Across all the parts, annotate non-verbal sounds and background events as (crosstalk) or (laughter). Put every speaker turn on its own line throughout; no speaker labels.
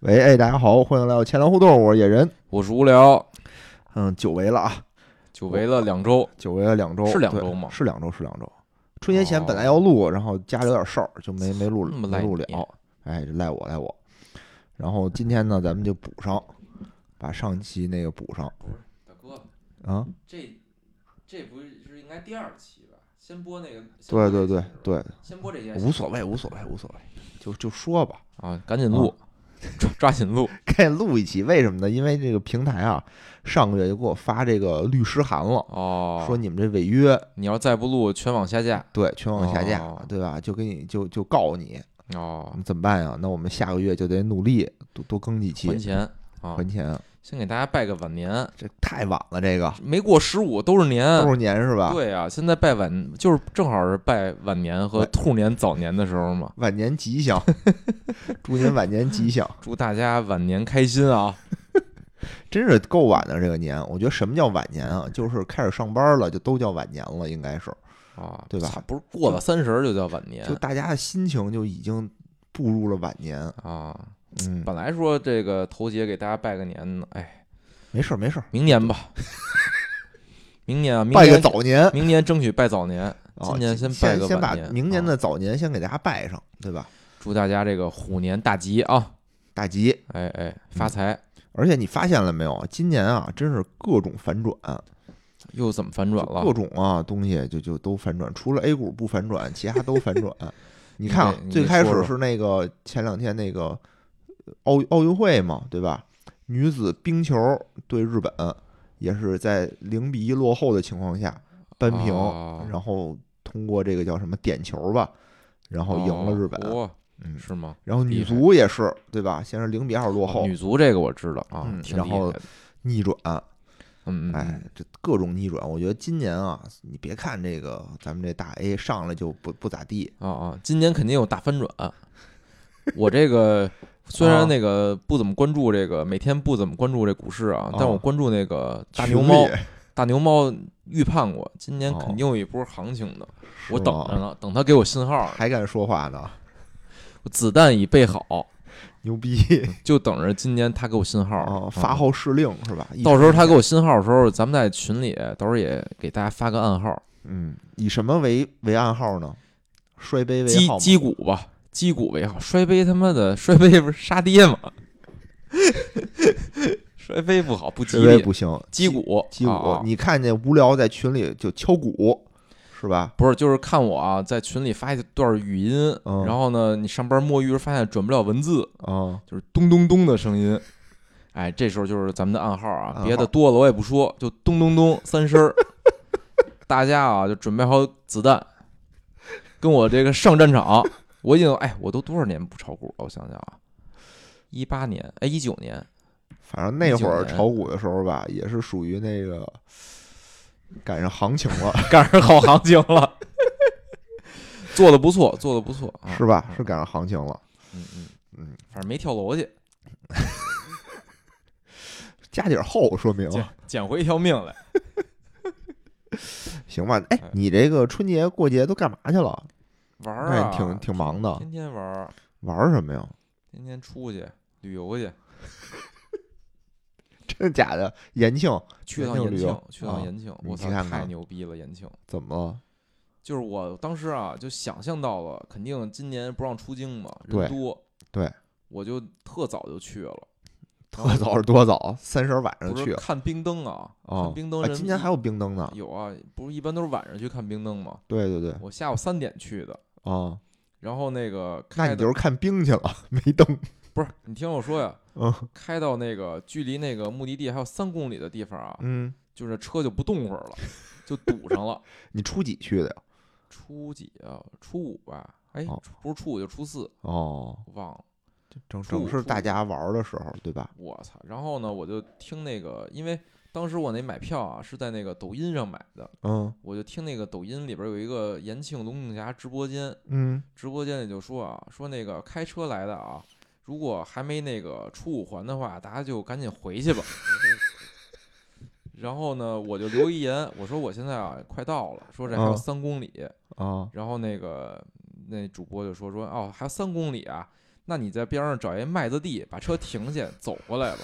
喂，哎，大家好，欢迎来到钱粮互动，我是野人。
我是无聊，
嗯，久违了啊，
久违了两周，
久违了两周，
是两
对
周吗
是两周，是两周。春节前
哦
本来要录，然后家里有点事儿，就没没录，
这么
没
赖
录
你
了。哎，这赖我，赖我。然后今天呢，咱们就补上，把上期那个补上
大哥，
啊。
这这不是应该第二期吧？先播那个，
对对对，对，
先播这些
无所谓，无所谓，无所谓，就就说吧。 (laughs)
啊，赶紧录，抓 (laughs) 抓紧录，
该录一期，为什么呢？因为这个平台啊，上个月就给我发这个律师函了，
哦，
说你们这违约，
你要再不录，全网下架
对，全网下架，
哦
对吧？就给你就就告你，
哦，
怎么办呀？啊那我们下个月就得努力多多更几期
还钱啊！
还钱，
先给大家拜个晚年，
这太晚了，这个
(laughs) 没过十五都是年，
多少年是吧？
对啊，现在拜晚就是正好是拜晚年和
晚
兔年早年的时候嘛，
晚年吉祥， (laughs) 祝您晚年吉祥，
祝大家晚年开心啊！
真是够晚的这个年。我觉得什么叫晚年啊？就是开始上班了，就都叫晚年了，应该是，
啊，
对吧
操？不是过了三十儿就叫晚年
就大家的心情就已经步入了晚年。
啊。
嗯，
本来说这个头节给大家拜个年呢，哎，
没事儿没事儿，
明
(laughs)
年吧，明年啊，明
拜个
年，
早年。
明年争取拜早年，
啊
今年
先
拜个
先把
晚年
明年
啊
的早年先给大家拜上，对吧？
祝大家这个虎年大吉啊！
大吉！
哎哎，发
嗯
财
而且你发现了没有，今年啊，真是各种反转，
又怎么反转
就各
了？
种啊东西就就都反转，除了 A 股不反转，其他都反
(laughs)
转。你看啊
你，得
最开
你得
始
说
是那个前两天那个奥奥运会嘛，对吧？女子冰球对日本也是在零比一落后的情况下扳平，
哦
然后通过这个叫什么点球吧，然后赢了日本。
哦
嗯，
是吗？
然后
厉
女
害哦
足也是对吧？先是零比二落后
女，足这个我知道啊
哦嗯，
挺
然
厉
后
害的。
逆转。
嗯嗯，
哎
嗯，
这各种逆转，我觉得今年啊，你别看这个咱们这大 A 上来就不不咋地，
啊啊，今年肯定有大翻转。我这个虽
啊
然那个不怎么关注这个，每天不怎么关注这股市啊，但
啊
我关注那个大
群
牛猫
里，
大牛猫预判过，今年
哦
肯定有一波行情的，
是
我等
吗
着呢，等他给我信号呢，
还敢说话呢，
我子弹已备好，
牛逼
就等着今年他给我信号
啊！
嗯
发号施令是吧？一
到时候他给
我
我信号的时候，咱们在群里到时候也给大家发个暗号，
嗯，以什么为为暗号呢？摔杯为
击
号吗
击鼓吧，击鼓为号，摔杯他妈的 (laughs) 摔杯不是杀爹吗？ (laughs) 摔杯不好，不吉
摔杯
利，
不行，
击鼓
击鼓
啊。
你看见无聊在群里就敲鼓是吧？
不是，就是看我啊，在群里发一段语音，
嗯
然后呢，你上班摸鱼时候发现转不了文字，
啊，
就是咚咚咚的声音。哎，这时候就是咱们的暗号啊
暗，号
别的多了我也不说，就咚咚咚三声 (laughs) 儿。大家啊，就准备好子弹，跟我这个上战场。我已经哎，我都多少年不炒股了？我想想啊，一八年，哎，一九年，
反正那会儿
19年
炒股的时候吧，也是属于那个赶上行情了。
赶上好行情了， (laughs) 做的不错，做的不错啊，
是吧？
嗯
是赶上行情了。
嗯嗯
嗯，
反正没跳楼去，
加点厚，说明
捡捡回一条命来。
行吧？哎
哎，
你这个春节过节都干嘛去了？
玩儿
那
啊，
你挺挺忙的，
天天玩儿，
玩儿什么呀？
天天出去旅游去，
真的假的？延庆
去
延
趟
庆
延
旅
庆
游，
去趟
啊
延庆，
你
我
去
操，
看
太
看
牛逼了！延庆
怎么了？
就是我当时啊，就想象到了，肯定今年不让出京嘛，
对
人多，
对，
我就特早就去了，然
特
后
早是多早？三十晚上
不
去
是
啊
看冰灯啊，
哦
看冰灯
啊
人一，
今年还有冰灯呢。
有啊，不是一般都是晚上去看冰灯嘛，
对对对，
我下午三点去的，
啊，
然后那个
那
开
你就是
的嗯
看冰去了，没灯。
不是你听我说呀，
(laughs) 嗯
开到那个距离那个目的地还有三公里的地方啊，
嗯，
就是车就不动会儿了，就堵上了。 (laughs)
你初几去的呀？
初几啊？初五吧？哎，
哦
初不是初五就初四，
哦，
我忘了。
正
初五
正是
初
大
五
家玩儿的时候，对吧？
我操！然后呢，我就听那个，因为当时我那买票啊是在那个抖音上买的，
嗯
我就听那个抖音里边有一个延庆龙井峡直播间，
嗯，
直播间里就说啊，说那个开车来的啊，如果还没那个出五环的话，大家就赶紧回去吧。 (laughs) 然后呢，我就留一言，我说我现在啊快到了，说这还有
嗯
三公里，
啊
然后那个那主播就说说哦，还有三公里啊，那你在边上找一麦子地，把车停下，走过来吧。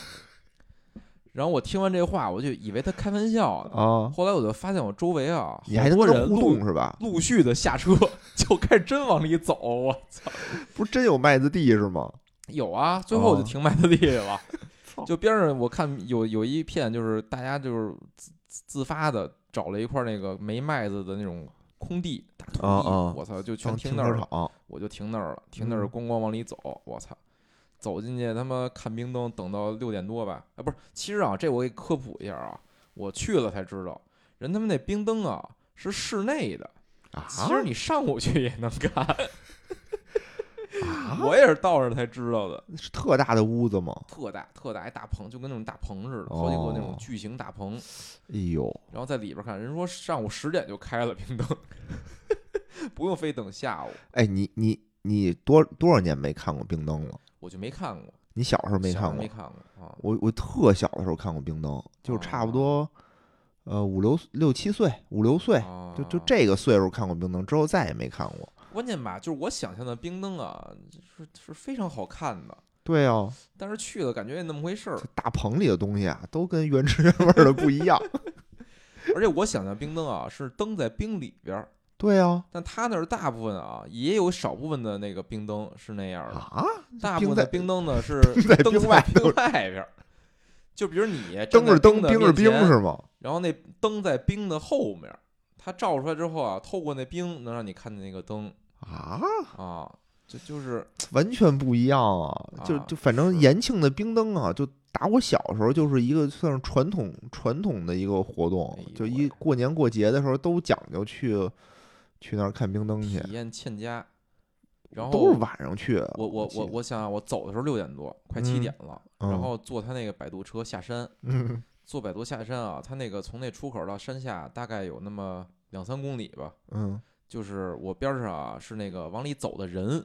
然后我听完这话，我就以为他开玩笑呢。
啊，
后来我就发现我周围啊，
你还能
好多
跟
人
人互
陆
动是吧？
陆续的下车， (laughs) 就开始真往里走。我操，
不是真有麦子地是吗？
有啊！最后我就
哦
停麦子地了
操。
就边上我看有有一片，就是大家就是自自自发的找了一块那个没麦子的那种空地大土地，
啊啊
我操，就全
当
停
停
那
车
儿了。
场，
我就停那儿了，停那儿
嗯
咣咣往里走，我操！走进去他妈看冰灯，等到六点多吧？啊，不是，其实啊，这我给科普一下啊，我去了才知道，人他们那冰灯啊是室内的，
啊
其实你上午去也能看，
啊，
我也是到这才知道的，
是特大的屋子吗？
特大特大一大棚，就跟那种大棚似的，好几个那种
哦
巨型大棚，
哎呦，
然后在里边看，人说上午十点就开了冰灯， (laughs) 不用非等下午，
哎，你你你多多少年没看过冰灯了？
我就没看过，
你小时候没
小时候
看过
没？看过啊，
我我特小的时候看过冰灯，就是差不
哦
多，呃五六六七岁五六岁，哎就就
啊
这个岁数看过冰灯，之后再也没看过。
哦关键吧，就是我想象的冰灯啊，是是非常好看的，
对啊，
但是去了感觉也那么回事
(laughs)
儿
这。大棚里的东西啊，都跟原汁原味儿的不一样。
而且我想象冰灯啊，是灯在冰里边儿，
对啊，
但他那儿大部分啊，也有少部分的那个冰灯是那样的，
啊， (laughs)
大部分的
在
冰
(laughs)
灯呢是
在
灯
冰外
冰外边儿。就比如你站
灯
在
是灯，
的
冰是
面
冰
前
是吗？
然后那灯在冰的后面儿，它照出来之后啊，透过那冰能让你看见那个灯
啊，
啊，这就是
完全不一样啊！就
啊
就反正
是
延庆的冰灯啊，就打我小时候就是一个算是传统传统的一个活动
哎呦，
就
喂
一过年过节的时候都讲究去去那儿看冰灯去
体，验欠佳。然后
都是晚上去。啊
我我我
记得
我想啊想，我走的时候六点多，快七
嗯
点了，然
嗯
后坐他那个摆渡车下山，
嗯
坐摆渡下山啊，他那个从那出口到山下大概有那么两三公里吧，
嗯
就是我边上啊是那个往里走的人，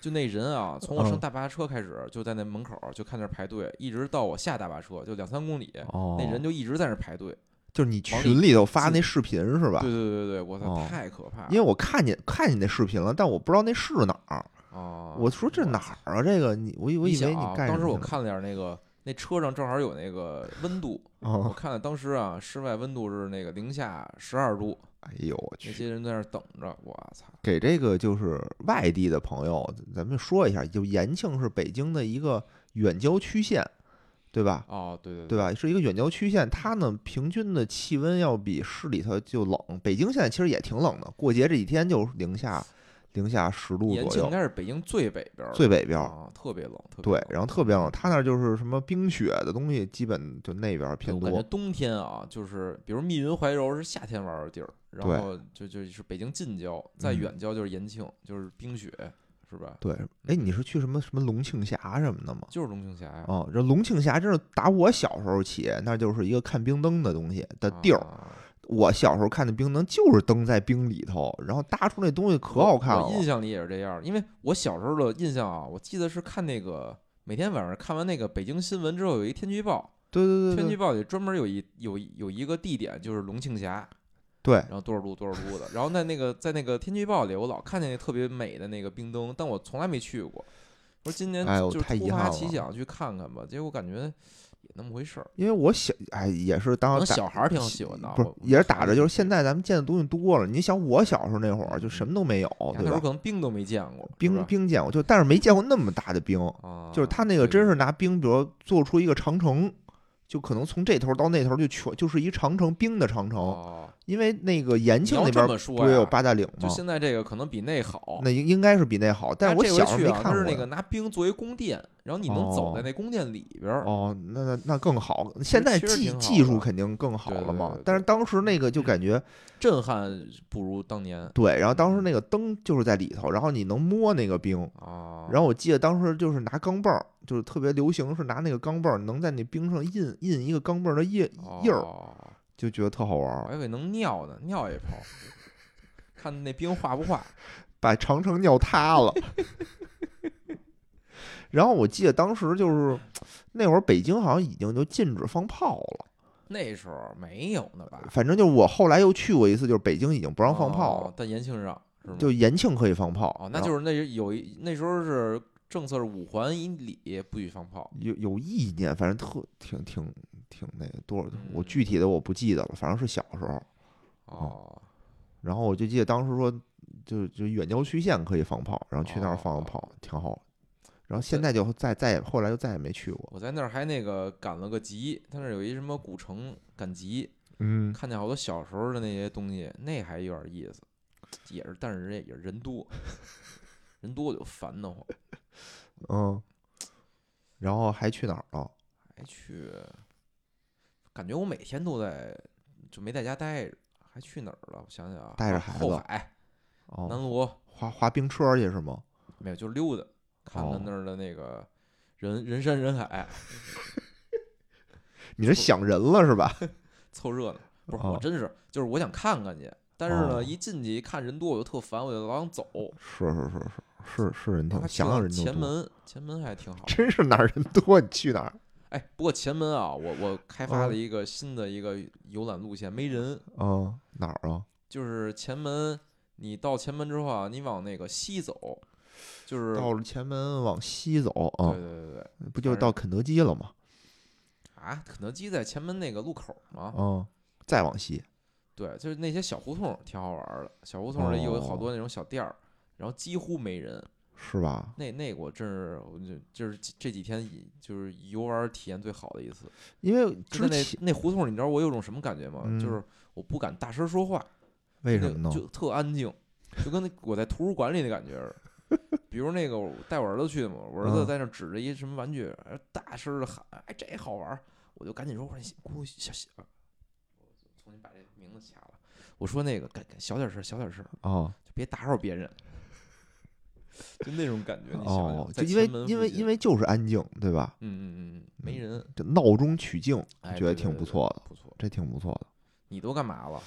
就那人啊，从我上
嗯
大巴车开始就在那门口就看那儿排队，一直到我下大巴车就两三公里，
哦，
那人就一直在那儿排队。
就是你
往里
群里头发
自
那视频是吧
对？对对对，我操，
哦
太可怕
因为我看见看见那视频了，但我不知道那是哪儿。
啊！
我说这
操
哪儿啊？这个你我以我
你
以为
想啊
干
当时
什么
我
去了
看了点那个，那车上正好有那个温度。我
哦，
看了当时啊，室外温度是那个零下十二度，
哎呦我
那
去！
些人在那儿等着，我操！
给这个就是外地的朋友，咱们说一下，就延庆是北京的一个远郊区县，对吧？
哦，对对
对，啊吧？是一个远郊区县，它呢平均的气温要比市里头就冷。北京现在其实也挺冷的，过节这几天就零下零下十度
延
左
庆应
右，
该是北京最北边儿了，
最北边儿。
啊，特别冷，特别
对
冷，
然后特别冷，它那儿就是什么冰雪的东西，基本就那边儿
对
偏
我感觉
多。
冬天啊，就是比如密云怀柔是夏天玩儿的地儿，然
对
后就就是北京近郊，再
嗯
远郊就是延庆，就是冰雪，是吧？
对，哎，你是去什么什么龙庆峡什么的吗？
就是龙庆峡呀，
哦，这龙庆峡真是打我小时候起，那就是一个看冰灯的东西的地儿。
啊
我小时候看的冰灯就是灯在冰里头，然后搭出那东西可好看
我
了。
印象里也是这样，因为我小时候的印象啊，我记得是看那个每天晚上看完那个北京新闻之后，有一天气预报，
对对对
天气
对
预报里专门有一有一有一个地点就是龙庆峡，
对，
然后多少度多少度的，然后在那个在那个天气预报里，我老看见那特别美的那个冰灯，但我从来没去过。我说今年
哎呦
就是
太遗
突发
憾
奇
了
想去看看吧，结果感觉也那么回事儿。
因为我小哎也是
可
当
能
打
小孩儿挺喜欢的啊，
不是
我
也是打着就是现
在
在咱们见的东西多了。你想我小时候那会儿就什么都没有，
嗯
哦
那
对
时候
吧？
可能冰都没见过，
冰冰见过，就但是没见过那么大的冰，
啊，
就是他那个
对
真是拿冰，比如做出一个长城，就可能从这头到那头就全就是一长城冰的长城，
哦，
因为那个延
你
庆
要
那
这
边
么
儿
说
不也有
呀
八大岭
啊就
吗？
现在这个可能比那好。
那应应该是比那好，但
他
是我
这
小时候
回去
没
啊，
看
它
过
是
呀。
那个拿冰作为宫殿，然后你能走在
哦
那宫殿里边儿。
哦，那那那更好。现在
其实
技
挺好
技术
的
肯定更好
对
了
对
嘛
对，
但是当时那个就感觉
震撼不如当年
对，然后当时
嗯
那个灯就是在里头，然后你能摸那个冰。
啊。
然后我记得当时就是拿钢镚儿，就是特别流行是拿那个钢镚儿，能在那冰上印印一个钢镚儿的印印儿，
哦
就觉得特好玩
我
儿，
还以为能尿呢，尿一泡，看那冰化不化。
把长城尿塌了。 (laughs) 然后我记得当时就是 (sniffs) 那会儿北京好像已经就禁止放炮了。
那时候没有呢吧？
反正就是我后来又去过一次，就是北京已经不
不
让
哦
放炮了，
但延庆让是吗？哦
就延庆可以放炮
哦，那就是那有一那时候是政策是五环以里不许放炮。
有有意念，反正特挺挺挺那个多少
嗯，
我具体的我不记得了，反正是小时候。
哦，
嗯然后我就记得当时说，就就远郊区县可以放炮，然后去那儿放
哦
炮，挺好。然后现在就再再也后来就再也没去过。
我在那儿还那个赶了个集，他那儿有一什么古城赶集，
嗯，
看见好多小时候的那些东西，那还有点意思，也是，但是人家也是人多， (laughs) 人多我就烦得慌。
嗯，然后还去哪儿了？
还哎去，感觉我每天都在，就没在家待着，还去哪儿了？我想想啊，
带着
啊
孩
后
子
海、南
哦，
锣，
滑滑冰车去是吗？
没有，就溜达，看
哦
看那儿的那个人人山人海， (laughs)
你这
凑
想人了是吧？ (laughs)
凑热闹。不是，
哦
我真是，就是我想看看去，但是
哦
呢，一进去一看人多，我就特烦，我就老想走。
是是是是是是人挺
然后还去
想想
了
人就
前
多，
门，前门还挺好的。
真是哪儿人多你去哪儿
哎，不过前门啊，我我开发
哦
了一个新的一个游览路线，没人，
嗯，哪儿啊？
就是前门，你到前门之后啊，你往那个西走，就是
到了前门往西走
对
啊
对，对对
不就
反正
到肯德基了吗？
啊，肯德基在前门那个路口嘛，
嗯，再往西，
对，就是那些小胡同挺好玩儿的，小胡同里有好
哦
多那种小店儿，然后几乎没人。
是吧？
那那个我真是，我就就是这这几天以就是游玩儿体验最好的一次。
因为
就
之
在
前
那那胡同，你知道我有种什么感觉吗？
嗯
就是我不敢大声说话，
为
那
什么呢？
就特安静，就跟那我在图书馆里的感觉似的。比如那个我带我儿子去的嘛，我儿子
嗯
在那指着一什么玩具，呃大声的喊：“哎，这好玩儿！”我就赶紧说：“我说你姑小小，我重新把这名字掐了。”我说那个，赶赶小点声，小点声，
啊，
就别打扰别人，就那种感觉。你想想，
哦，
在
就因为
前门
因
附
为
近
因为就是安静，对吧？
嗯嗯嗯嗯，没人，
这闹中取静，
哎，
觉得
对
挺
对
不
对
错的，
不错。
这挺不错的。
你都干嘛了？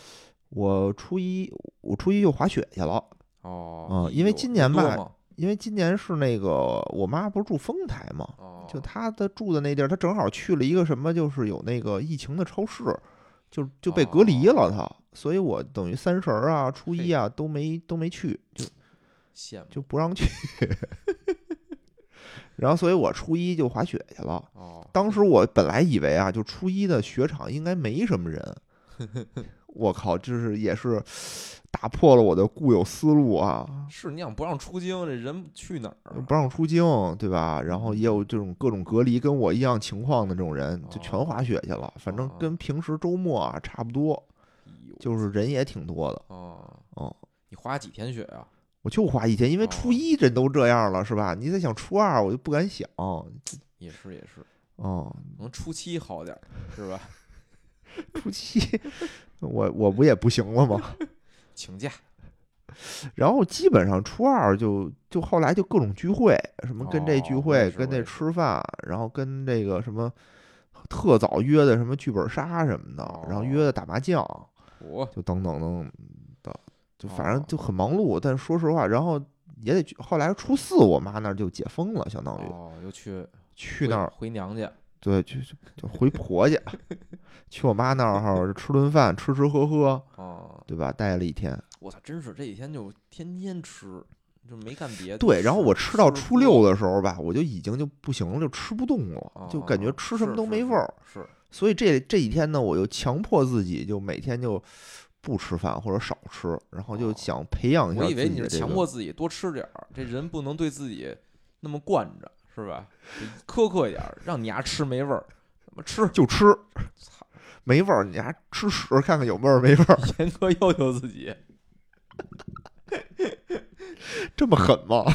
我初一我初一就滑雪去了，
哦，
嗯因为
有
今
人
年
多
吧
吗
因为今年是那个我妈不是住丰台嘛，
哦，
就她的住的那地儿，她正好去了一个什么，就是有那个疫情的超市，就就被隔离了她，所以我等于三十儿啊、初一啊都没都没去，就
羡慕
就不让去。 (laughs) 然后，所以我初一就滑雪去了。
哦。
当时我本来以为啊，就初一的雪场应该没什么人。我靠，就是也是打破了我的固有思路啊，
是你想不让出京，这人去哪儿啊？
不让出京，对吧？然后也
嗯
有这种各种隔离跟我一样情况的这种人，就全滑雪去了。反正
哦
跟平时周末啊差不多，
哎呦
就是人也挺多的。
哦
哦，
你滑几天雪啊？
我就滑一天，因为初
哦
一人都这样了，是吧？你再想初二，我就不敢想。
也是也是，
哦，
可能初期好点儿，是吧？
初七，我我不也不行了吗？ (laughs)
请假
然后基本上初二就就后来就各种聚会，什么跟这聚
哦
会，
我也是
跟
我
这
也是
吃饭，然后跟这个什么特早约的什么剧本杀什么
哦
的，然后约的打麻将，
我
就等等等的，就反正
哦
就很忙碌。但说实话，然后也得去后来初四我妈那儿就解封了，相当于
哦又去
去
回
那儿
回娘家，
对去去就回婆
(laughs)
家，去我妈那儿吃顿饭，吃吃喝喝，
哦，
对吧？待了一天。
我操，真是这几天就天天吃，就没干别的。
对，然后我吃到初
多
六的时候吧，我就已经就不行了，就吃不动了
哦，
就感觉吃什么都没味儿。。
是是是
所以这这几天呢，我就强迫自己，就每天就不吃饭或者少吃，然后就
哦
想培养一
是
下
我
自
以
己
为
的
你
这
是
个。
强迫自己多吃点儿，这人不能对自己那么惯着，是吧？得苛刻一点儿，让你牙吃没味儿，怎么吃？
就吃
操，
没味儿，你还吃屎看看有味儿没味
(laughs)
儿，
(laughs) 严格要求自己。
这么狠吗？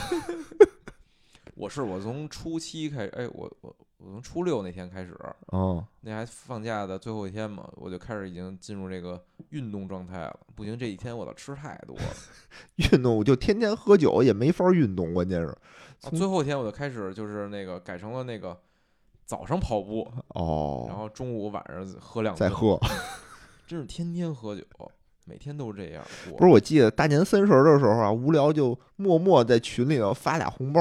我是我从初七开始，哎，我我我从初六那天开始，
嗯，
那还放假的最后一天嘛，我就开始已经进入这个运动状态了。不行，这几天我操吃太
(laughs)
多了。啊
运动我就天天喝酒也没法运动，关键是
啊
从
最后一天我就开始就是那个改成了那个早上跑步，然
哦，
后中午晚上喝两
再
顿，
喝。
真是天天喝酒，每天都这样过。
不是，我记得大年三十儿的时候啊，无聊就默默在群里头发俩红包。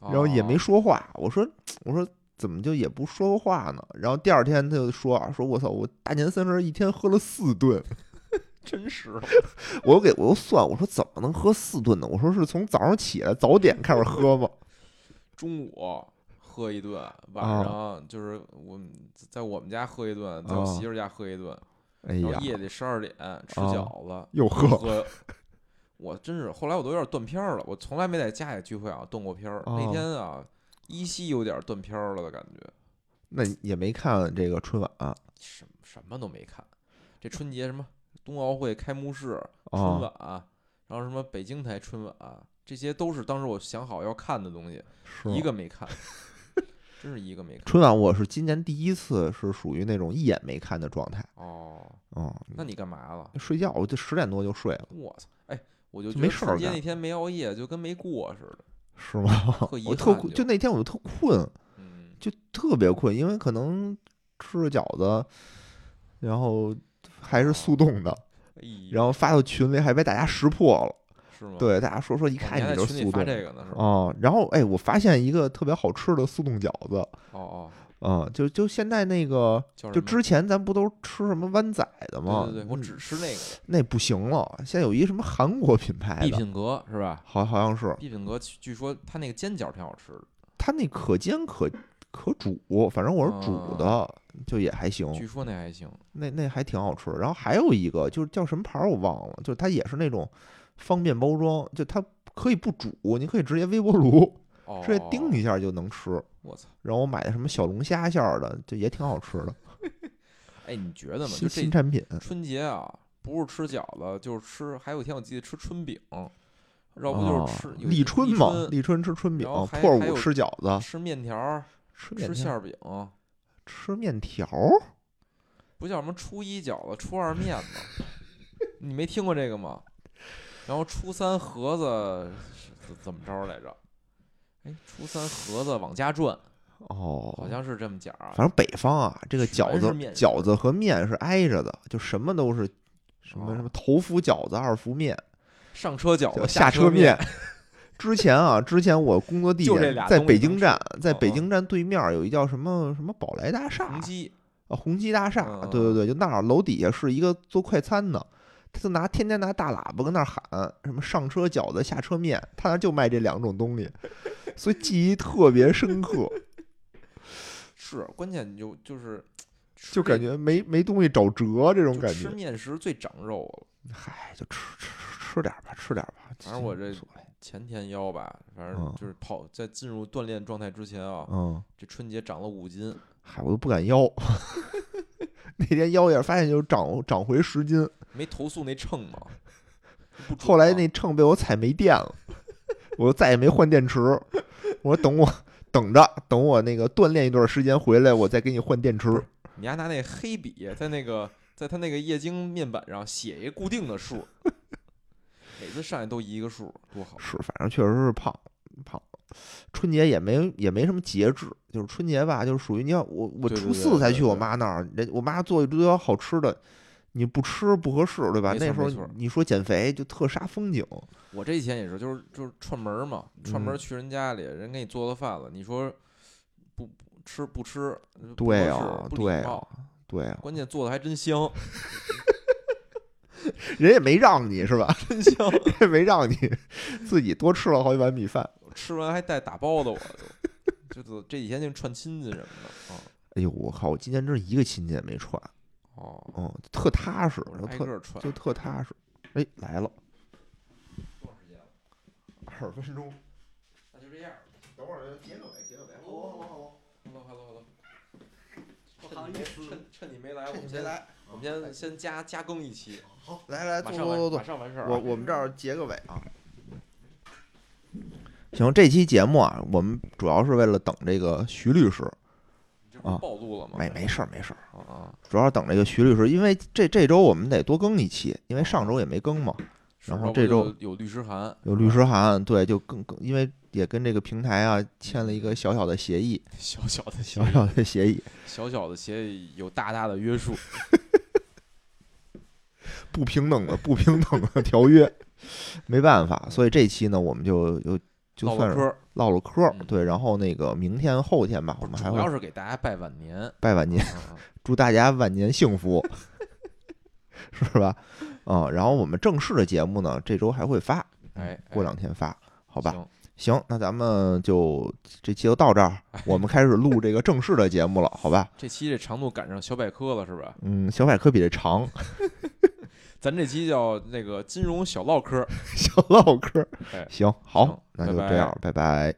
啊，
然后也没说话。我说我说怎么就也不说个话呢？然后第二天他就说啊，说我操，我大年三十一天喝了四顿。
真实。
我又给我又算，我说怎么能喝四顿呢？我说是从早上起来早点开始喝吗？
(laughs) 中午喝一顿，晚
哦
上就是我们在我们家喝一顿，在我
啊
媳妇儿家喝一顿，
哎
然
呀哦
后，夜里十二点吃饺子，
又喝
喝。我真是后来我都有点断片儿了，我从来没在家里聚会啊断过片儿。那
哦
天啊，依稀有点断片儿了的感觉，
那也没看这个春晚啊
什么什么都没看。这春节什么冬奥会开幕式、春
啊，
晚，然后什么北京台春晚，这些都是当时我想好要看的东西，
是
一个没看，真是一个没看。
春晚我是今年第一次是属于那种一眼没看的状态
哦，
啊、
那你干嘛了？
睡觉我就十点多就睡了，
我操！哎，我就
就
觉
没
得
事
春
儿
节
干
那天没熬夜，就跟没过似的。
是吗
特遗？
我特
憾
困
就
就那天我就特困，
嗯，
就特别困，因为可能吃了饺子，然后还是速冻的，
哎呦
然后发到群里还被大家识破了，
是吗？哦，
对，大家说说一
你
看
还
你
在
就是
群
速
里发
冻
这个呢，是吧？
啊、然后哎，我发现一个特别好吃的速冻饺子
哦哦，
啊、就就现在那个，
叫
就
什么
之前咱不都吃什么湾仔的吗？
对对对，我
嗯
只吃那个
那不行了，现在有一什么韩国品牌
必
的，
品阁是吧？
好好像是
必品阁据据说它那个煎饺挺好吃的，
它那可煎可可煮，反正我是煮的，
啊
就也还行，
据说那还行。
那那还挺好吃。然后还有一个就是叫什么牌儿我忘了，就是它也是那种方便包装，就它可以不煮，你可以直接微波炉
哦，
直接叮一下就能吃。
我操！
然后我买的什么小龙虾馅儿的，就也挺好吃的，
哎，你觉得吗？就
新
这
新产品。
春节啊，不是吃饺子就是吃，还有一天我记得吃春饼，要不就是吃
哦
有
立春
春
嘛，立春吃春饼
然后，还
破
还
五
有
吃饺子，
吃面条儿，
吃面
吃馅
条，
儿饼，
吃面条。
不叫什么初一饺子，初二面吗？你没听过这个吗？然后初三盒子是怎怎么着来着？哎，初三盒子往家转，
哦，
好像是这么讲啊。
反正北方啊，这个
全
饺
是
子
面食
饺子和面是挨着的，就什么都是什么
哦
什么头伏饺子、二伏面、
上车饺
叫
子，
下
车
面。。之前啊，之前我工作地
就这
点
俩
在
东
北
西能
京
吃
站，在
嗯
北
嗯
京站对面有一叫什么什么宝来大厦
红鸡
啊，宏基大厦
嗯嗯，
对对对，就那儿楼底下是一个做快餐的，他就拿天天拿大喇叭跟那儿喊什么上车饺子下车面，他那儿就卖这两种东西，所以记忆特别深刻，
是关键，你就就是吃
就感
这
觉没没东西找辙这种
就
感
吃
觉。
面食最长肉了。
嗨，就吃吃吃吃点儿吧，吃点儿吧。
反正我这
无所谓
前天腰吧，反正
嗯
就是跑在进入锻炼状态之前啊，
嗯，
这春节长了五斤，
嗨，我都不敢腰。 (laughs) 那天腰也发现就长长回十斤，
没投诉那秤
(laughs)
嘛。不准
后来
嘛
那秤被我踩没电了，我再也没换电池。我说等我等着，等我那个锻炼一段时间回来，我再给你换电池
不。是你还拿那黑笔在那个在他那个液晶面板上写一个固定的数， (laughs) 每次上来都一个数，多好。啊
是，反正确实是胖胖。春节也没也没什么节制，就是春节吧，就是属于你看我我
对对
初
对
四才
对
去我
对
妈那儿，人我妈做一堆好吃的，你不吃不合适，对吧？
没
那
错
时候
没错
你说减肥就特杀风景，
我这几天也是，就是就是串门儿嘛，串门儿
嗯
去人家里，人给你做了饭了，你说不不吃不吃，不合
对
适
啊
不礼
对啊
貌
对啊，
关键做的还真香，
人也没让你是吧？(laughs)
真香。
也没让你自己多吃了好几碗米饭。
吃完还带打包的，我就 (laughs) 就这这几天就串亲戚什么的啊。
哎呦，我靠！我今年真是一个亲戚也没串，
哦，
嗯，特踏实，
我
就
这挨个
特
儿串。
就特踏实。哎，来了，二十分钟，
那就这样。
等会儿结个尾，结个尾。
好好好好 Hello Hello Hello。趁你没趁趁你没来，我们先，
哎来，
我们先先加加更一期，
好，来来，
马
坐
上
坐哎
完
坐坐，
马上完事儿啊。
我我们这儿结个尾啊。行，这期节目啊，我们主要是为了等这个徐律师，
你这不是
啊
暴露了吗？
没没事儿没事儿，
啊啊。
主要是等这个徐律师，因为这这周我们得多更一期，因为上周也没更嘛，
是
然后
要不
这周
就有律师函，
有律师函，对，就更更，因为也跟这个平台啊签了一个小小的协议，
小小的协
(laughs) 小
议
小的协议，
小小的协议有大大的约束。
(laughs) 不平等的不平等 (laughs) 的条约，没办法，所以这期呢，我们就就就
唠
算
唠嗑
是
儿，
唠唠嗑儿
嗯，
对，然后那个明天后天吧，我们还
主要
会
是给大家拜晚
(laughs)
年。
拜晚年，
啊啊
祝大家晚年幸福， (laughs) 是吧？啊、然后我们正式的节目呢，这周还会发，
哎，哎
过两天发，好吧？
行
行，那咱们就这期就到这儿，我们开始录这个正式的节目了，好吧？
这期这长度赶上小百科了是吧？
嗯，小百科比这长， (laughs)
咱这期叫那个金融小唠嗑。
小唠嗑
哎。
行，
行
好，那
拜
就
拜
这样，拜拜